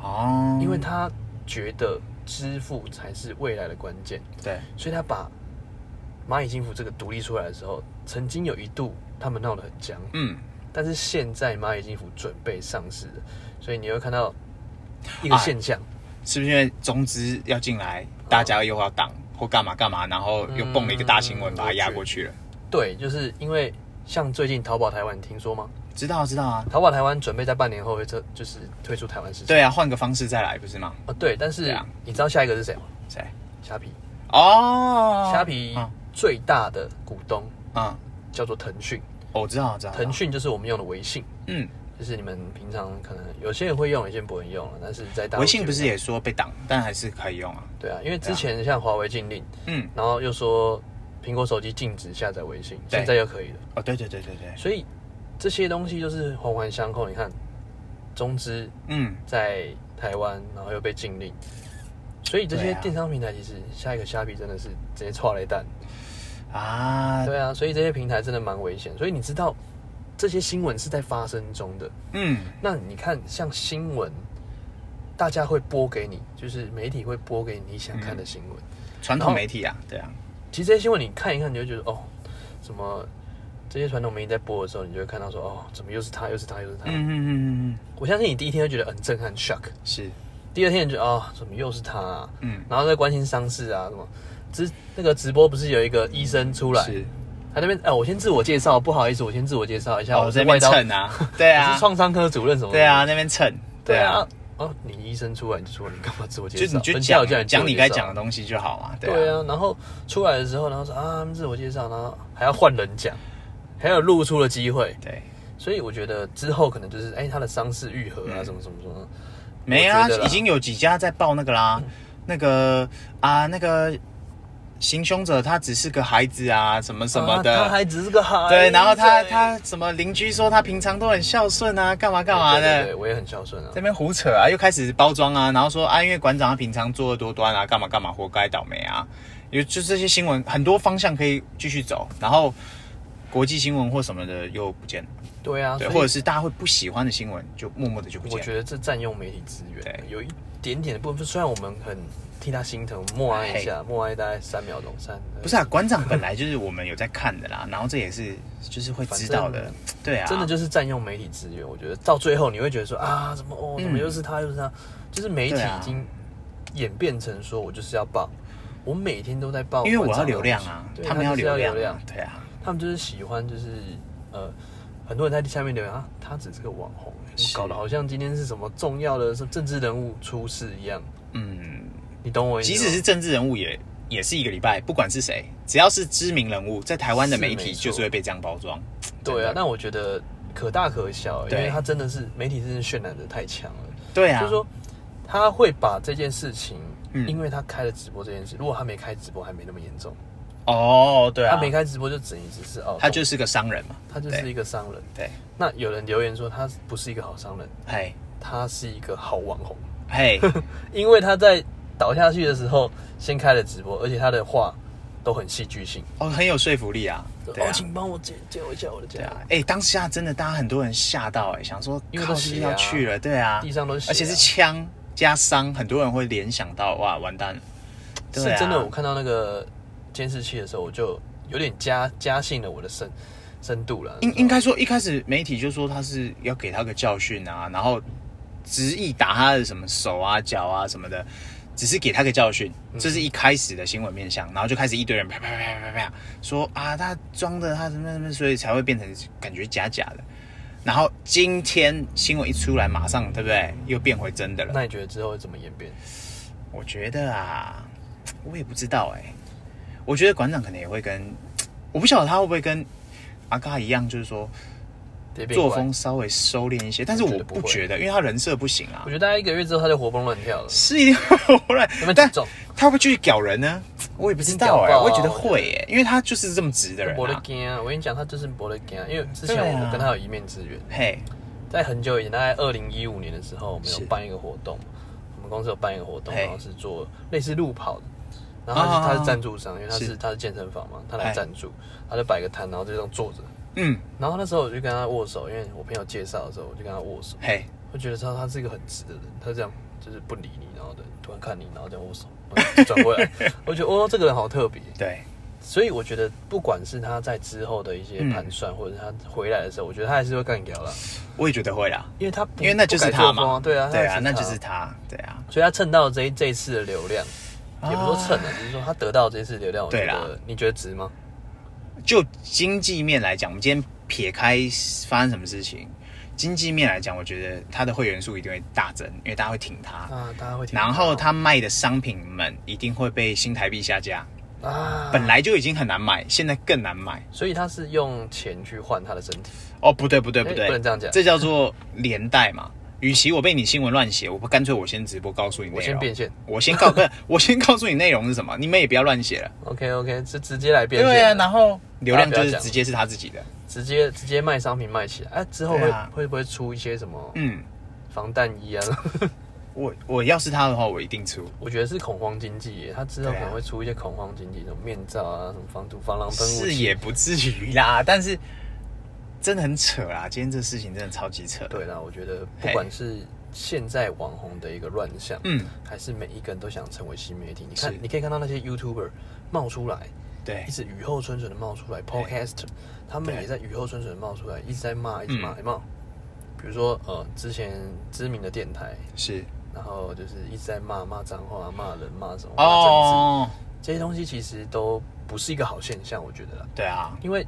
Speaker 2: 哦，
Speaker 3: 因为他觉得支付才是未来的关键，
Speaker 2: 对，
Speaker 3: 所以他把蚂蚁金服这个独立出来的时候，曾经有一度他们闹得很僵，
Speaker 2: 嗯，
Speaker 3: 但是现在蚂蚁金服准备上市了，所以你会看到一
Speaker 2: 哎
Speaker 3: 个现象，
Speaker 2: 是不是因为中资要进来，大家又要挡或干嘛干嘛，然后又蹦了一个大新闻
Speaker 3: 哦嗯
Speaker 2: 把它压过
Speaker 3: 我
Speaker 2: 去了？
Speaker 3: 对，就是因为像最近淘宝台湾，你听说吗？
Speaker 2: 知道，知道啊，
Speaker 3: 淘宝台湾准备在半年后会这就是推出台湾市场，
Speaker 2: 对啊，换个方式再来不是吗？
Speaker 3: 啊对，但
Speaker 2: 对
Speaker 3: 是
Speaker 2: 啊
Speaker 3: 你知道下一个是谁吗？
Speaker 2: 谁？
Speaker 3: 虾皮，
Speaker 2: 哦，
Speaker 3: 虾皮
Speaker 2: 嗯
Speaker 3: 最大的股东
Speaker 2: 嗯，
Speaker 3: 叫做腾讯，
Speaker 2: 哦我知道，我知道，
Speaker 3: 腾，讯就是我们用的微信，
Speaker 2: 嗯，
Speaker 3: 就是你们平常可能有些人会用，有些人不会用了，但是在大陆
Speaker 2: 微信不
Speaker 3: 基
Speaker 2: 是
Speaker 3: 本上
Speaker 2: 也说被挡，但还是可以用啊，
Speaker 3: 对啊，因为之前像华为禁令，
Speaker 2: 嗯，
Speaker 3: 然后又说苹果手机禁止下载微信，
Speaker 2: 对
Speaker 3: 现在又可以了。
Speaker 2: 哦，对对对对对，
Speaker 3: 所以这些东西就是环环相扣。你看，中资
Speaker 2: 嗯，
Speaker 3: 在台湾，然后又被禁令，所以这些
Speaker 2: 对啊
Speaker 3: 电商平台其实下一个虾皮真的是直接错雷蛋。
Speaker 2: 啊，
Speaker 3: 对啊，所以这些平台真的蛮危险。所以你知道这些新闻是在发生中的。
Speaker 2: 嗯，
Speaker 3: 那你看，像新闻，大家会播给你，就是媒体会播给你想
Speaker 2: 嗯
Speaker 3: 看的新闻。
Speaker 2: 传统媒体啊，对啊，
Speaker 3: 其实这些新闻你看一看，你就觉得哦，什么这些传统媒体在播的时候，你就会看到说哦，怎么又是他，又是他，又是他。
Speaker 2: 嗯嗯嗯嗯
Speaker 3: 我相信你第一天会觉得很震撼 shock，
Speaker 2: 嗯，是，
Speaker 3: 第二天你就觉得啊、怎么又是他、啊？
Speaker 2: 嗯，
Speaker 3: 然后再关心伤势啊什么。直那个直播不是有一个医生出来，
Speaker 2: 是，
Speaker 3: 他那边哎、我先自我介绍，不好意思，我先自我介绍一下，
Speaker 2: 哦，
Speaker 3: 我
Speaker 2: 我
Speaker 3: 是
Speaker 2: 这
Speaker 3: 外
Speaker 2: 边
Speaker 3: 刀，
Speaker 2: 蹭啊，对
Speaker 3: 我
Speaker 2: 啊
Speaker 3: 是，创伤科主任什么？
Speaker 2: 对啊，，那边蹭，
Speaker 3: 对啊。，哦，你医生出来，你就说你干嘛自我介
Speaker 2: 就
Speaker 3: 绍？
Speaker 2: 你就
Speaker 3: 人家有
Speaker 2: 讲
Speaker 3: 叫你自我
Speaker 2: 讲你
Speaker 3: 介
Speaker 2: 该
Speaker 3: 绍
Speaker 2: 讲的。东西就好嘛，
Speaker 3: 对
Speaker 2: 啊，
Speaker 3: 啊，然后出来的时候，然后说啊，他们自我介绍，然后还要换人讲，还有露出的机会，
Speaker 2: 对，
Speaker 3: 所以我觉得之后可能就是，哎、他的伤势愈合啊，
Speaker 2: 嗯
Speaker 3: 什么什么什么，
Speaker 2: 没啊
Speaker 3: 我觉得，啦
Speaker 2: 已经有几家在报那个啦，那个啊，那个行凶者他只是个孩子啊，什么什么
Speaker 3: 啊他
Speaker 2: 的，
Speaker 3: 还只是个孩子，
Speaker 2: 对，然后他他什么邻居说他平常都很孝顺啊，干嘛干嘛
Speaker 3: 对对
Speaker 2: 的
Speaker 3: 对，，我也很孝顺啊
Speaker 2: 这。边胡扯啊，又开始包装啊，然后说啊，因为馆长他平常作恶多端啊，干嘛干嘛，活该倒霉啊，有就这些新闻很多方向可以继续走，然后国际新闻或什么的又不见了，
Speaker 3: 对啊，
Speaker 2: 对，
Speaker 3: 所以
Speaker 2: 或者是大家会不喜欢的新闻就默默的就不
Speaker 3: 我
Speaker 2: 见了
Speaker 3: 觉。得这占用媒体资源
Speaker 2: 对，
Speaker 3: 有一点点的部分，虽然我们很替他心疼，默哀一下，默哀大概三秒钟，三
Speaker 2: 不是啊，馆长本来就是我们有在看的啦，然后这也是就是会知道的，对啊，
Speaker 3: 嗯真的就是占用媒体资源。我觉得到最后你会觉得说啊，怎么哦，怎么
Speaker 2: 嗯
Speaker 3: 又是他，又是他，就是媒体
Speaker 2: 对啊
Speaker 3: 已经演变成说我就是要报，我每天都在报，
Speaker 2: 因为我要流量啊，
Speaker 3: 对
Speaker 2: 他们
Speaker 3: 就是流
Speaker 2: 流量
Speaker 3: 量
Speaker 2: 啊，，对啊，
Speaker 3: 他们就是喜欢就是呃。很多人在下面留言啊，他只是个网红、欸
Speaker 2: 是
Speaker 3: 搞得好像今天是什么重要的是政治人物出事一样，
Speaker 2: 嗯，
Speaker 3: 你懂我意思吗？
Speaker 2: 即使是政治人物也也是一个礼拜，不管是谁，只要是知名人物，在台湾的媒
Speaker 3: 是没
Speaker 2: 体
Speaker 3: 错
Speaker 2: 就是会被这样包装，
Speaker 3: 对啊，
Speaker 2: 真的
Speaker 3: 那我觉得可大可小，欸因
Speaker 2: 对
Speaker 3: 为它真的是媒体真的渲染的太强了，
Speaker 2: 对啊，
Speaker 3: 就是说他会把这件事情，
Speaker 2: 嗯
Speaker 3: 因为他开了直播这件事，如果他没开直播还没那么严重，
Speaker 2: 哦，对啊，
Speaker 3: 他没开直播就只只是哦，
Speaker 2: 他就是个商人嘛，
Speaker 3: 他就是
Speaker 2: 对
Speaker 3: 一个商人。
Speaker 2: 对，
Speaker 3: 那有人留言说他不是一个好商人，
Speaker 2: 嘿，
Speaker 3: 他是一个好网红，
Speaker 2: 嘿，
Speaker 3: 因为他在倒下去的时候先开了直播，而且他的话都很戏剧性。
Speaker 2: 哦，很有说服力啊，对
Speaker 3: 哦，
Speaker 2: 啊。
Speaker 3: 请帮我解解我一下我的家。
Speaker 2: 对啊，哎、当下真的，大家很多人吓到、哎，想说，
Speaker 3: 因为
Speaker 2: 靠，
Speaker 3: 都
Speaker 2: 是不是
Speaker 3: 血啊
Speaker 2: 要去了，对啊，
Speaker 3: 地上都是血啊
Speaker 2: 而且是枪加伤，很多人会联想到，哇，完蛋了，
Speaker 3: 是
Speaker 2: 对啊
Speaker 3: 真的，我看到那个监视器的时候，我就有点加加信了我的身深度了。
Speaker 2: 应应该说一开始媒体就说他是要给他个教训啊，然后执意打他的什么手啊、脚啊什么的，只是给他个教训，这是一开始的新闻面向，然后就开始一堆人啪啪啪啪啪啪说啊，他装的他什么什么，所以才会变成感觉假假的。然后今天新闻一出来，马上对不对又变回真的了？
Speaker 3: 那你觉得之后会怎么演变？
Speaker 2: 我觉得啊，我也不知道哎、我觉得馆长可能也会跟，我不晓得他会不会跟阿嘎一样，就是说
Speaker 3: 蝶变
Speaker 2: 作
Speaker 3: 怪
Speaker 2: 风，稍微收敛一些，但是
Speaker 3: 我觉
Speaker 2: 我
Speaker 3: 得不
Speaker 2: 不
Speaker 3: 会
Speaker 2: 觉得，因为他人设不行啊
Speaker 3: 我，觉得大概一个月之后他就活蹦乱跳了，
Speaker 2: 是一定会忽然
Speaker 3: 那，么
Speaker 2: 但
Speaker 3: 举重，
Speaker 2: 他会不会继续屌人呢？我也不知道
Speaker 3: 一定屌
Speaker 2: 哎、
Speaker 3: 爆啊
Speaker 2: 我也觉得会哎、因为他就是这么直的人
Speaker 3: 博了
Speaker 2: 啊。
Speaker 3: 惊啊！我跟你讲，他就是博了惊啊，因为之前
Speaker 2: 对啊
Speaker 3: 我跟他有一面之缘，
Speaker 2: 嘿，
Speaker 3: 在很久以前，大概二零一五年的时候，我们有
Speaker 2: 是
Speaker 3: 办一个活动，我们公司有办一个活动，
Speaker 2: 嘿
Speaker 3: 然后是做类似路跑的。然后他是、
Speaker 2: 啊
Speaker 3: 他是赞助商，因为他是
Speaker 2: 是
Speaker 3: 他是健身房嘛，他来
Speaker 2: 哎
Speaker 3: 赞助，他就摆个摊，然后就这样坐着。
Speaker 2: 嗯，
Speaker 3: 然后那时候我就跟他握手，因为我朋友介绍的时候，我就跟他握手。
Speaker 2: 嘿，
Speaker 3: 我觉得他他是一个很直的人，他这样就是不理你，然后的突然看你，然后这样握手，然后转 过来，我觉得哦这个人好特别。
Speaker 2: 对，
Speaker 3: 所以我觉得不管是他在之后的一些盘算，
Speaker 2: 嗯
Speaker 3: 或者他回来的时候，我觉得他还是会干掉了，
Speaker 2: 我也觉得会啦，
Speaker 3: 因为他不
Speaker 2: 因为那就是
Speaker 3: 不改
Speaker 2: 他
Speaker 3: 作风
Speaker 2: 嘛
Speaker 3: 啊，对啊，
Speaker 2: 对
Speaker 3: 他
Speaker 2: 啊，
Speaker 3: 还
Speaker 2: 那就是他，对啊，
Speaker 3: 所以他蹭到这一这一次的流量，
Speaker 2: 啊
Speaker 3: 也不说蹭了，就是说他得到这一次流量，我觉
Speaker 2: 对啦
Speaker 3: 得你觉得值吗？
Speaker 2: 就经济面来讲，我们今天撇开发生什么事情，经济面来讲，我觉得他的会员数一定会大增，因为大家会挺他，
Speaker 3: 啊，大家会听到。
Speaker 2: 然后他卖的商品们一定会被新台币下架，
Speaker 3: 啊，
Speaker 2: 本来就已经很难买，现在更难买。
Speaker 3: 所以他是用钱去换他的身体，
Speaker 2: 哦，不对不对
Speaker 3: 哎
Speaker 2: 不对，
Speaker 3: 不能这样讲
Speaker 2: 这叫做连带嘛。与其我被你新闻乱写，我不干脆我先直播告诉你内容，
Speaker 3: 我先变现。
Speaker 2: 我先告不 是，我先告诉你内容是什么，你们也不要乱写了。
Speaker 3: OK OK，是直接来变现的，
Speaker 2: 对啊，然后流量就
Speaker 3: 大家不要
Speaker 2: 是
Speaker 3: 讲
Speaker 2: 直接是他自己的，
Speaker 3: 直接直接卖商品卖起来。哎、之后会、
Speaker 2: 对啊
Speaker 3: 会不会出一些什么
Speaker 2: 嗯。
Speaker 3: 防弹衣啊？
Speaker 2: 我我要是他的话，我一定出。
Speaker 3: 我觉得是恐慌经济耶，他之后可
Speaker 2: 对啊
Speaker 3: 能会出一些恐慌经济，什么面罩啊，什么防毒防狼喷雾
Speaker 2: 是
Speaker 3: 器。
Speaker 2: 也不至于啦，但是真的很扯啦。今天这事情真的超级扯。
Speaker 3: 对啦，我觉得不
Speaker 2: 嘿
Speaker 3: 管是现在网红的一个乱象，
Speaker 2: 嗯，
Speaker 3: 还是每一个人都想成为新媒体。你看
Speaker 2: 是，
Speaker 3: 你可以看到那些 YouTuber 冒出来，
Speaker 2: 对
Speaker 3: 一，直雨后春笋的冒出来，Podcast 他们
Speaker 2: 对
Speaker 3: 也在雨后春笋的冒出来，一直在骂，一直骂，
Speaker 2: 嗯
Speaker 3: 一骂。比如说，呃，之前知名的电台，
Speaker 2: 是
Speaker 3: 然后就是一直在骂骂脏话、骂人、骂什么骂政治，
Speaker 2: 哦，
Speaker 3: 这些东西其实都不是一个好现象，我觉得啦，
Speaker 2: 对啊，
Speaker 3: 因为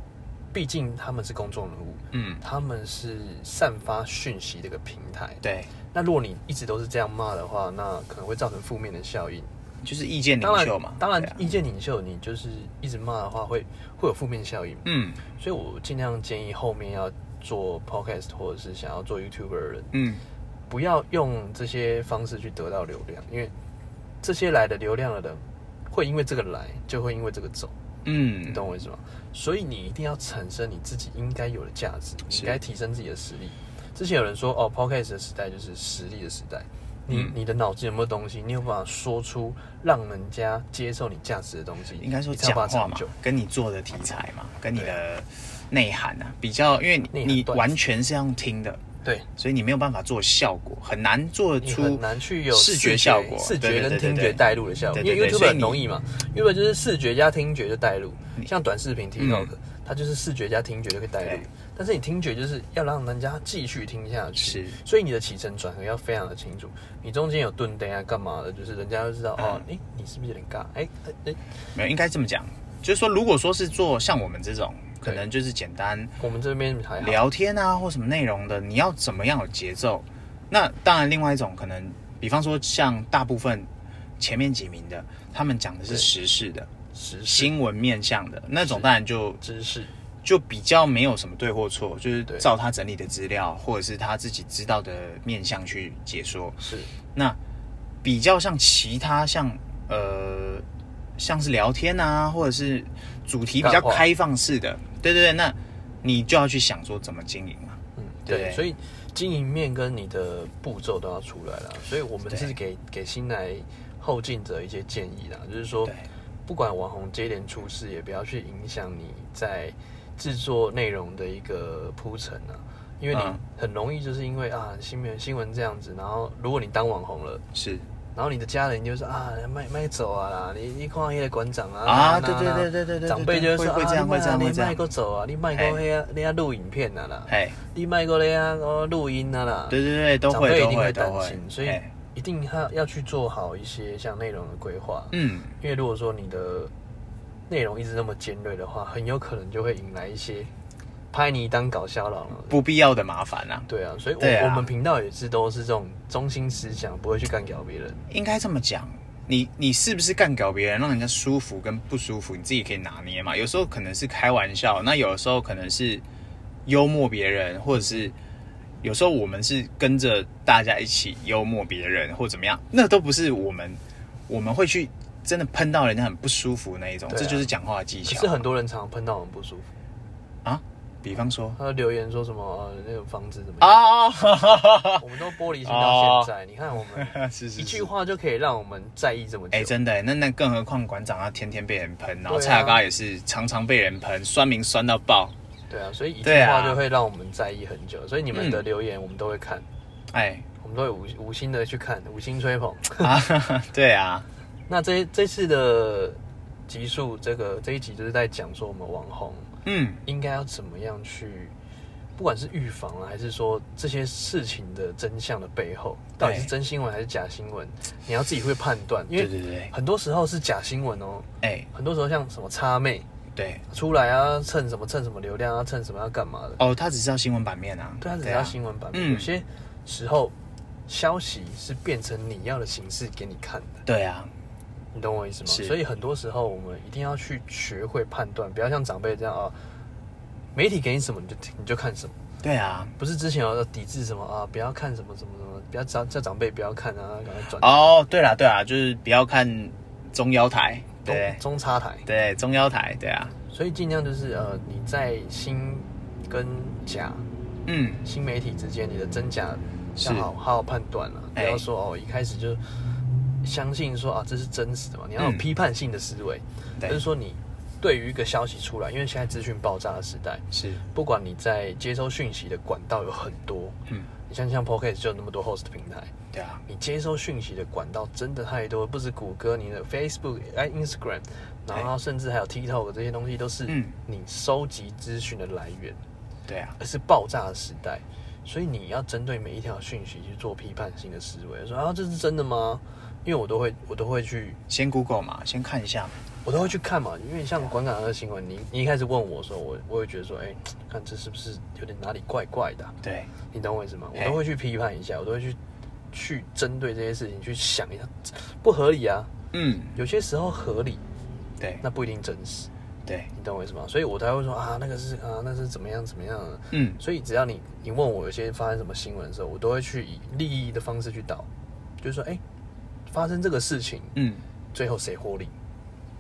Speaker 3: 毕竟他们是公众人物，
Speaker 2: 嗯，
Speaker 3: 他们是散发讯息的一个平台。
Speaker 2: 对，
Speaker 3: 那如果你一直都是这样骂的话，那可能会造成负面的效应。
Speaker 2: 就是意见
Speaker 3: 当
Speaker 2: 领
Speaker 3: 然
Speaker 2: 袖嘛，，
Speaker 3: 当
Speaker 2: 对啊
Speaker 3: 然，意见领袖你就是一直骂的话会，会有负面效应。
Speaker 2: 嗯
Speaker 3: 所以我尽量建议后面要做 podcast 或者是想要做 YouTuber 的人，
Speaker 2: 嗯，
Speaker 3: 不要用这些方式去得到流量，因为这些来的流量的人会因为这个来，就会因为这个走，你
Speaker 2: 嗯，
Speaker 3: 懂我意思吗？所以你一定要产生你自己应该有的价值，你
Speaker 2: 是
Speaker 3: 应该提升自己的实力。之前有人说，哦，podcast 的时代就是实力的时代。你、
Speaker 2: 嗯
Speaker 3: 你的脑子有没有东西？你有办法说出让人家接受你价值的东西？
Speaker 2: 应该说
Speaker 3: 你才有
Speaker 2: 讲
Speaker 3: 办法
Speaker 2: 话
Speaker 3: 长
Speaker 2: 嘛
Speaker 3: 久。，
Speaker 2: 跟你做的题材嘛，跟你的内涵啊，比较，因为
Speaker 3: 内
Speaker 2: 你
Speaker 3: 涵
Speaker 2: 你
Speaker 3: 段子
Speaker 2: 完全是要用听的，
Speaker 3: 对，
Speaker 2: 所以你没有办法做效果，很难做
Speaker 3: 你
Speaker 2: 出
Speaker 3: 很难去有
Speaker 2: 视觉效果，
Speaker 3: 视
Speaker 2: 对
Speaker 3: 觉
Speaker 2: 对
Speaker 3: 跟
Speaker 2: 对对
Speaker 3: 听觉
Speaker 2: 对
Speaker 3: 带入的效果，
Speaker 2: 对
Speaker 3: 因
Speaker 2: 对
Speaker 3: 为
Speaker 2: 对
Speaker 3: YouTube
Speaker 2: 所以
Speaker 3: 很容易嘛，YouTube 就是视觉加听觉就带入，像短视频 TikTok，
Speaker 2: 嗯
Speaker 3: 它就是视觉加听觉就可以带入
Speaker 2: 对，
Speaker 3: 但是你听觉就是要让人家继续听下去
Speaker 2: 是，
Speaker 3: 所以你的起承转合要非常的清楚，你中间有顿呆啊干嘛的，就是人家就知道
Speaker 2: 嗯
Speaker 3: 哦，哎，你是不是有点尬？哎哎哎，
Speaker 2: 没有，应该这么讲，就是说，如果说是做像我们这种，可
Speaker 3: 对
Speaker 2: 能就是简单
Speaker 3: 我们这边还好，
Speaker 2: 聊天啊，或什么内容的，你要怎么样有节奏？那当然，另外一种可能，比方说像大部分前面几名的，他们讲的是
Speaker 3: 对
Speaker 2: 时事的、
Speaker 3: 时事
Speaker 2: 新闻面向的那种，
Speaker 3: 是
Speaker 2: 当然就
Speaker 3: 知识，
Speaker 2: 就比较没有什么对或错，就是
Speaker 3: 对
Speaker 2: 照他整理的资料，或者是他自己知道的面向去解说。
Speaker 3: 是
Speaker 2: 那比较像其他像呃像是聊天啊，或者是主题比较
Speaker 3: 干话
Speaker 2: 开放式
Speaker 3: 啊
Speaker 2: 的，对对对，那你就要去想说怎么经营嘛。
Speaker 3: 嗯，
Speaker 2: 对
Speaker 3: 对，所以经营面跟你的步骤都要出来了，所以我们是给给新来后进者一些建议啦，就是说
Speaker 2: 对，
Speaker 3: 不管网红接连出事，也不要去影响你在制作内容的一个铺陈啊，因为你
Speaker 2: 嗯
Speaker 3: 很容易就是因为啊新闻新闻这样子，然后如果你当网红了，
Speaker 2: 是
Speaker 3: 然后你的家人就说啊，卖卖走啊啦，你你看那个馆长啊，
Speaker 2: 啊
Speaker 3: 那那
Speaker 2: 对对
Speaker 3: 那
Speaker 2: 对对对对
Speaker 3: 长辈就说
Speaker 2: 会会
Speaker 3: 啊
Speaker 2: 这样
Speaker 3: 你卖
Speaker 2: 会这样
Speaker 3: 你
Speaker 2: 会这样
Speaker 3: 卖过走啊，你卖
Speaker 2: 哎
Speaker 3: 过那啊那啊录影片啊啦，
Speaker 2: 哎，
Speaker 3: 你卖过那啊哦录音啊啦，
Speaker 2: 对对对，都
Speaker 3: 长
Speaker 2: 会
Speaker 3: 辈一
Speaker 2: 都
Speaker 3: 定
Speaker 2: 会
Speaker 3: 担
Speaker 2: 都会
Speaker 3: 心，，所以
Speaker 2: 哎
Speaker 3: 一定要要去做好一些像内容的规划，
Speaker 2: 嗯，
Speaker 3: 因为如果说你的内容一直那么尖锐的话，很有可能就会引来一些拍你当搞笑佬了。
Speaker 2: 不必要的麻烦啊，
Speaker 3: 对啊，所以我、
Speaker 2: 对啊
Speaker 3: 我们频道也是都是这种中心思想，不会去干掉别人。
Speaker 2: 应该这么讲，你你是不是干搞别人，让人家舒服跟不舒服，你自己可以拿捏嘛。有时候可能是开玩笑，那有时候可能是幽默别人，或者是有时候我们是跟着大家一起幽默别人或怎么样，那都不是我们我们会去真的喷到人家很不舒服那一种，
Speaker 3: 对啊
Speaker 2: 这就是讲话的技
Speaker 3: 可
Speaker 2: 巧。
Speaker 3: 是很多人常常碰到很不舒服，
Speaker 2: 啊，比方说
Speaker 3: 他留言说什么、呃、那个房子怎么样？
Speaker 2: 啊，
Speaker 3: 我们都玻璃心到现在，你看我 们
Speaker 2: 是是是
Speaker 3: 一句话就可以让我们在意这么久。
Speaker 2: 哎、真的欸，那那更何况馆长他天天被人喷，然后
Speaker 3: 对啊
Speaker 2: 蔡雅刚也是常常被人喷，酸民酸到爆。
Speaker 3: 对啊，所以一句
Speaker 2: 对啊
Speaker 3: 话就会让我们在意很久。所以你们的留言我们都会看，
Speaker 2: 哎、
Speaker 3: 我们都会无无心的去看，无心吹捧。
Speaker 2: 啊， 对啊，
Speaker 3: 那这这次的集数，这个这一集就是在讲说我们网红
Speaker 2: 嗯，
Speaker 3: 应该要怎么样去，不管是预防啊，还是说这些事情的真相的背后，到底是真新闻还是假新闻，你要自己会判断，因
Speaker 2: 对
Speaker 3: 为
Speaker 2: 对对，
Speaker 3: 很多时候是假新闻哦，
Speaker 2: 哎、
Speaker 3: 很多时候像什么叉妹
Speaker 2: 对，
Speaker 3: 出来啊，蹭什么蹭什么流量啊，蹭什么要干嘛的，
Speaker 2: 哦，他只是要新闻版面啊，
Speaker 3: 对啊，只
Speaker 2: 啊
Speaker 3: 要新闻版面，
Speaker 2: 嗯
Speaker 3: 有些时候消息是变成你要的形式给你看的。
Speaker 2: 对啊，
Speaker 3: 你懂我意思吗？
Speaker 2: 是
Speaker 3: 所以很多时候我们一定要去学会判断，不要像长辈这样啊，媒体给你什么你就你就看什么，
Speaker 2: 对啊，
Speaker 3: 不是之前有抵制什么啊，不要看什么什么什么，不要叫叫长辈不要看啊，赶快转
Speaker 2: 哦，对啦对啊，就是不要看中央台，对
Speaker 3: 中中插台。
Speaker 2: 对，中央台，对啊，
Speaker 3: 所以尽量就是呃你在新跟假
Speaker 2: 嗯，
Speaker 3: 新媒体之间，你的真假
Speaker 2: 是
Speaker 3: 要好好好判断了、不
Speaker 2: 哎
Speaker 3: 要说哦一开始就相信说啊这是真实的嘛，你要有
Speaker 2: 嗯
Speaker 3: 批判性的思维，
Speaker 2: 对
Speaker 3: 就是说你对于一个消息出来，因为现在资讯爆炸的时代，
Speaker 2: 是，
Speaker 3: 不管你在接收讯息的管道有很多，
Speaker 2: 嗯，
Speaker 3: 你像像 Podcast 就有那么多 host 平台，
Speaker 2: 对啊，
Speaker 3: 你接收讯息的管道真的太多，不止谷歌，你的 Facebook、哎 Instagram，然后甚至还有 TikTok 这些东西都是
Speaker 2: 嗯
Speaker 3: 你收集资讯的来源，
Speaker 2: 对啊，
Speaker 3: 而是爆炸的时代，所以你要针对每一条讯息去做批判性的思维，说啊这是真的吗？因为我都会我都会去
Speaker 2: 先 Google 嘛，先看一下嘛，
Speaker 3: 我都会去看嘛，因为像管港的新闻，你你一开始问我说，我我也觉得说，哎、看这是不是有点哪里怪怪的啊、
Speaker 2: 对，
Speaker 3: 你懂我意思吗？我
Speaker 2: 哎
Speaker 3: 都会去批判一下，我都会去去针对这些事情去想一下，不合理啊。
Speaker 2: 嗯，
Speaker 3: 有些时候合理，
Speaker 2: 对
Speaker 3: 那不一定真实，
Speaker 2: 对，
Speaker 3: 你懂我意思吗？所以我才会说啊，那个是啊，那是怎么样怎么样啊、
Speaker 2: 嗯，
Speaker 3: 所以只要你你问我有些发生什么新闻的时候，我都会去以利益的方式去导，就是说，哎、发生这个事情，
Speaker 2: 嗯，
Speaker 3: 最后谁获利，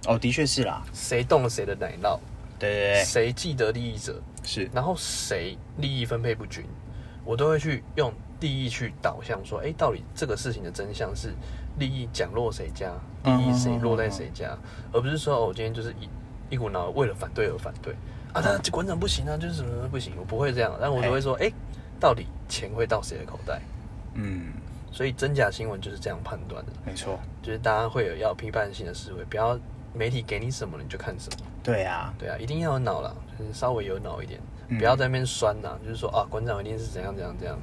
Speaker 2: 哦，的确是啦，
Speaker 3: 谁动了谁的奶酪，
Speaker 2: 对对对，
Speaker 3: 谁既得利益者，
Speaker 2: 是，
Speaker 3: 然后谁利益分配不均，我都会去用利益去导向说，哎，到底这个事情的真相是利益讲落谁家，利
Speaker 2: 嗯
Speaker 3: 益谁
Speaker 2: 嗯嗯嗯
Speaker 3: 落在谁家，而不是说哦，我今天就是一一股脑为了反对而反对啊，那这馆长不行啊，就是什么什么不行，我不会这样，但我只会说，哎，到底钱会到谁的口袋？
Speaker 2: 嗯，
Speaker 3: 所以真假新闻就是这样判断的，
Speaker 2: 没错，
Speaker 3: 就是大家会有要批判性的思维，不要媒体给你什么你就看什么。
Speaker 2: 对啊，
Speaker 3: 对啊，一定要有脑啦，就是稍微有脑一点，
Speaker 2: 嗯
Speaker 3: 不要在那边酸呐、就是说啊，馆长一定是怎样怎样怎样，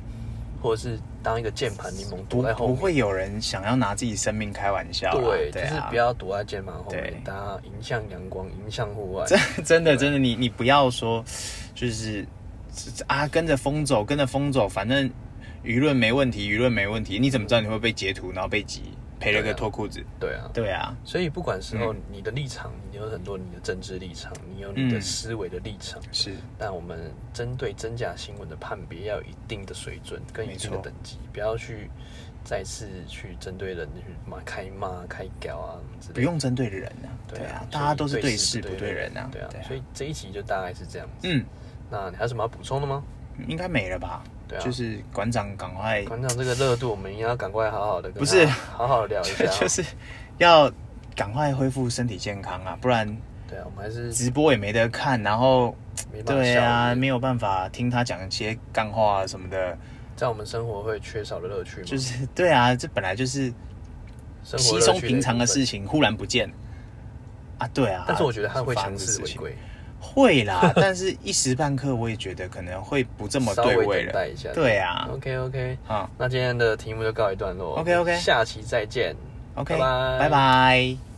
Speaker 3: 或者是当一个键盘柠檬
Speaker 2: 不
Speaker 3: 躲在后
Speaker 2: 不
Speaker 3: 面，
Speaker 2: 会有人想要拿自己生命开玩笑啦，
Speaker 3: 对，
Speaker 2: 对
Speaker 3: 就是
Speaker 2: 啊，
Speaker 3: 不要躲在键盘后
Speaker 2: 对
Speaker 3: 面，大家迎向阳光，迎向户外，
Speaker 2: 真 真的真的，你你不要说，就是啊跟着风走，跟着风走，反正舆论没问题，舆论没问题，你怎么知道你会被截图，然后被挤，赔了
Speaker 3: 对
Speaker 2: 个
Speaker 3: 啊
Speaker 2: 脱裤子？
Speaker 3: 对啊。
Speaker 2: 对啊，
Speaker 3: 所以不管时候你的立场，你有很多你的政治立场，你有你的
Speaker 2: 嗯
Speaker 3: 思维的立场，
Speaker 2: 是
Speaker 3: 但我们针对真假新闻的判别要有一定的水准跟一定的
Speaker 2: 没错
Speaker 3: 等级，不要去再次去针对人去骂开骂开屌啊之类的
Speaker 2: 不用针对人啊，对啊，大家都是
Speaker 3: 所以对
Speaker 2: 对事不对人啊，
Speaker 3: 对啊，所
Speaker 2: 以
Speaker 3: 以这一集就大概是这样子。
Speaker 2: 嗯，
Speaker 3: 那你还有什么要补充的吗？
Speaker 2: 应该没了吧？
Speaker 3: 对啊
Speaker 2: 就是馆长赶快，
Speaker 3: 馆长这个热度，我们应该要赶快好好的，
Speaker 2: 哎不是
Speaker 3: 好好地聊一下，
Speaker 2: 就是要赶快恢复身体健康啊，不然
Speaker 3: 对啊，我们还是
Speaker 2: 直播也没得看，然后。
Speaker 3: 没办法
Speaker 2: 对啊，
Speaker 3: 效率
Speaker 2: 没有办法听他讲一些干话啊什么的，
Speaker 3: 在我们生活会缺少的乐趣嘛，
Speaker 2: 就是对啊，这本来就是
Speaker 3: 生活
Speaker 2: 稀
Speaker 3: 乐
Speaker 2: 松
Speaker 3: 趣
Speaker 2: 平常的
Speaker 3: 一部分
Speaker 2: 事，情忽然不见啊，对啊。
Speaker 3: 但是我觉得他会
Speaker 2: 发生
Speaker 3: 强
Speaker 2: 的
Speaker 3: 制
Speaker 2: 事
Speaker 3: 违
Speaker 2: 情
Speaker 3: 规，
Speaker 2: 会啦，但是一时半刻我也觉得可能会不这么
Speaker 3: 稍
Speaker 2: 对
Speaker 3: 微
Speaker 2: 味
Speaker 3: 等
Speaker 2: 了。
Speaker 3: 待一下。
Speaker 2: 对啊，
Speaker 3: ，OK OK，
Speaker 2: 啊
Speaker 3: 那今天的题目就告一段落。
Speaker 2: OK，OK
Speaker 3: 下期再见。
Speaker 2: ，OK，
Speaker 3: 拜拜
Speaker 2: 拜拜。